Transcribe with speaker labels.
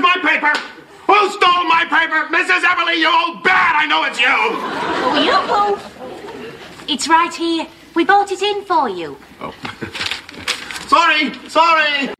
Speaker 1: my paper? Who stole my paper? Mrs. Everly, you old bat! I know it's you!
Speaker 2: Oh, you both. It's right here. We bought it in for you.
Speaker 1: Sorry, sorry!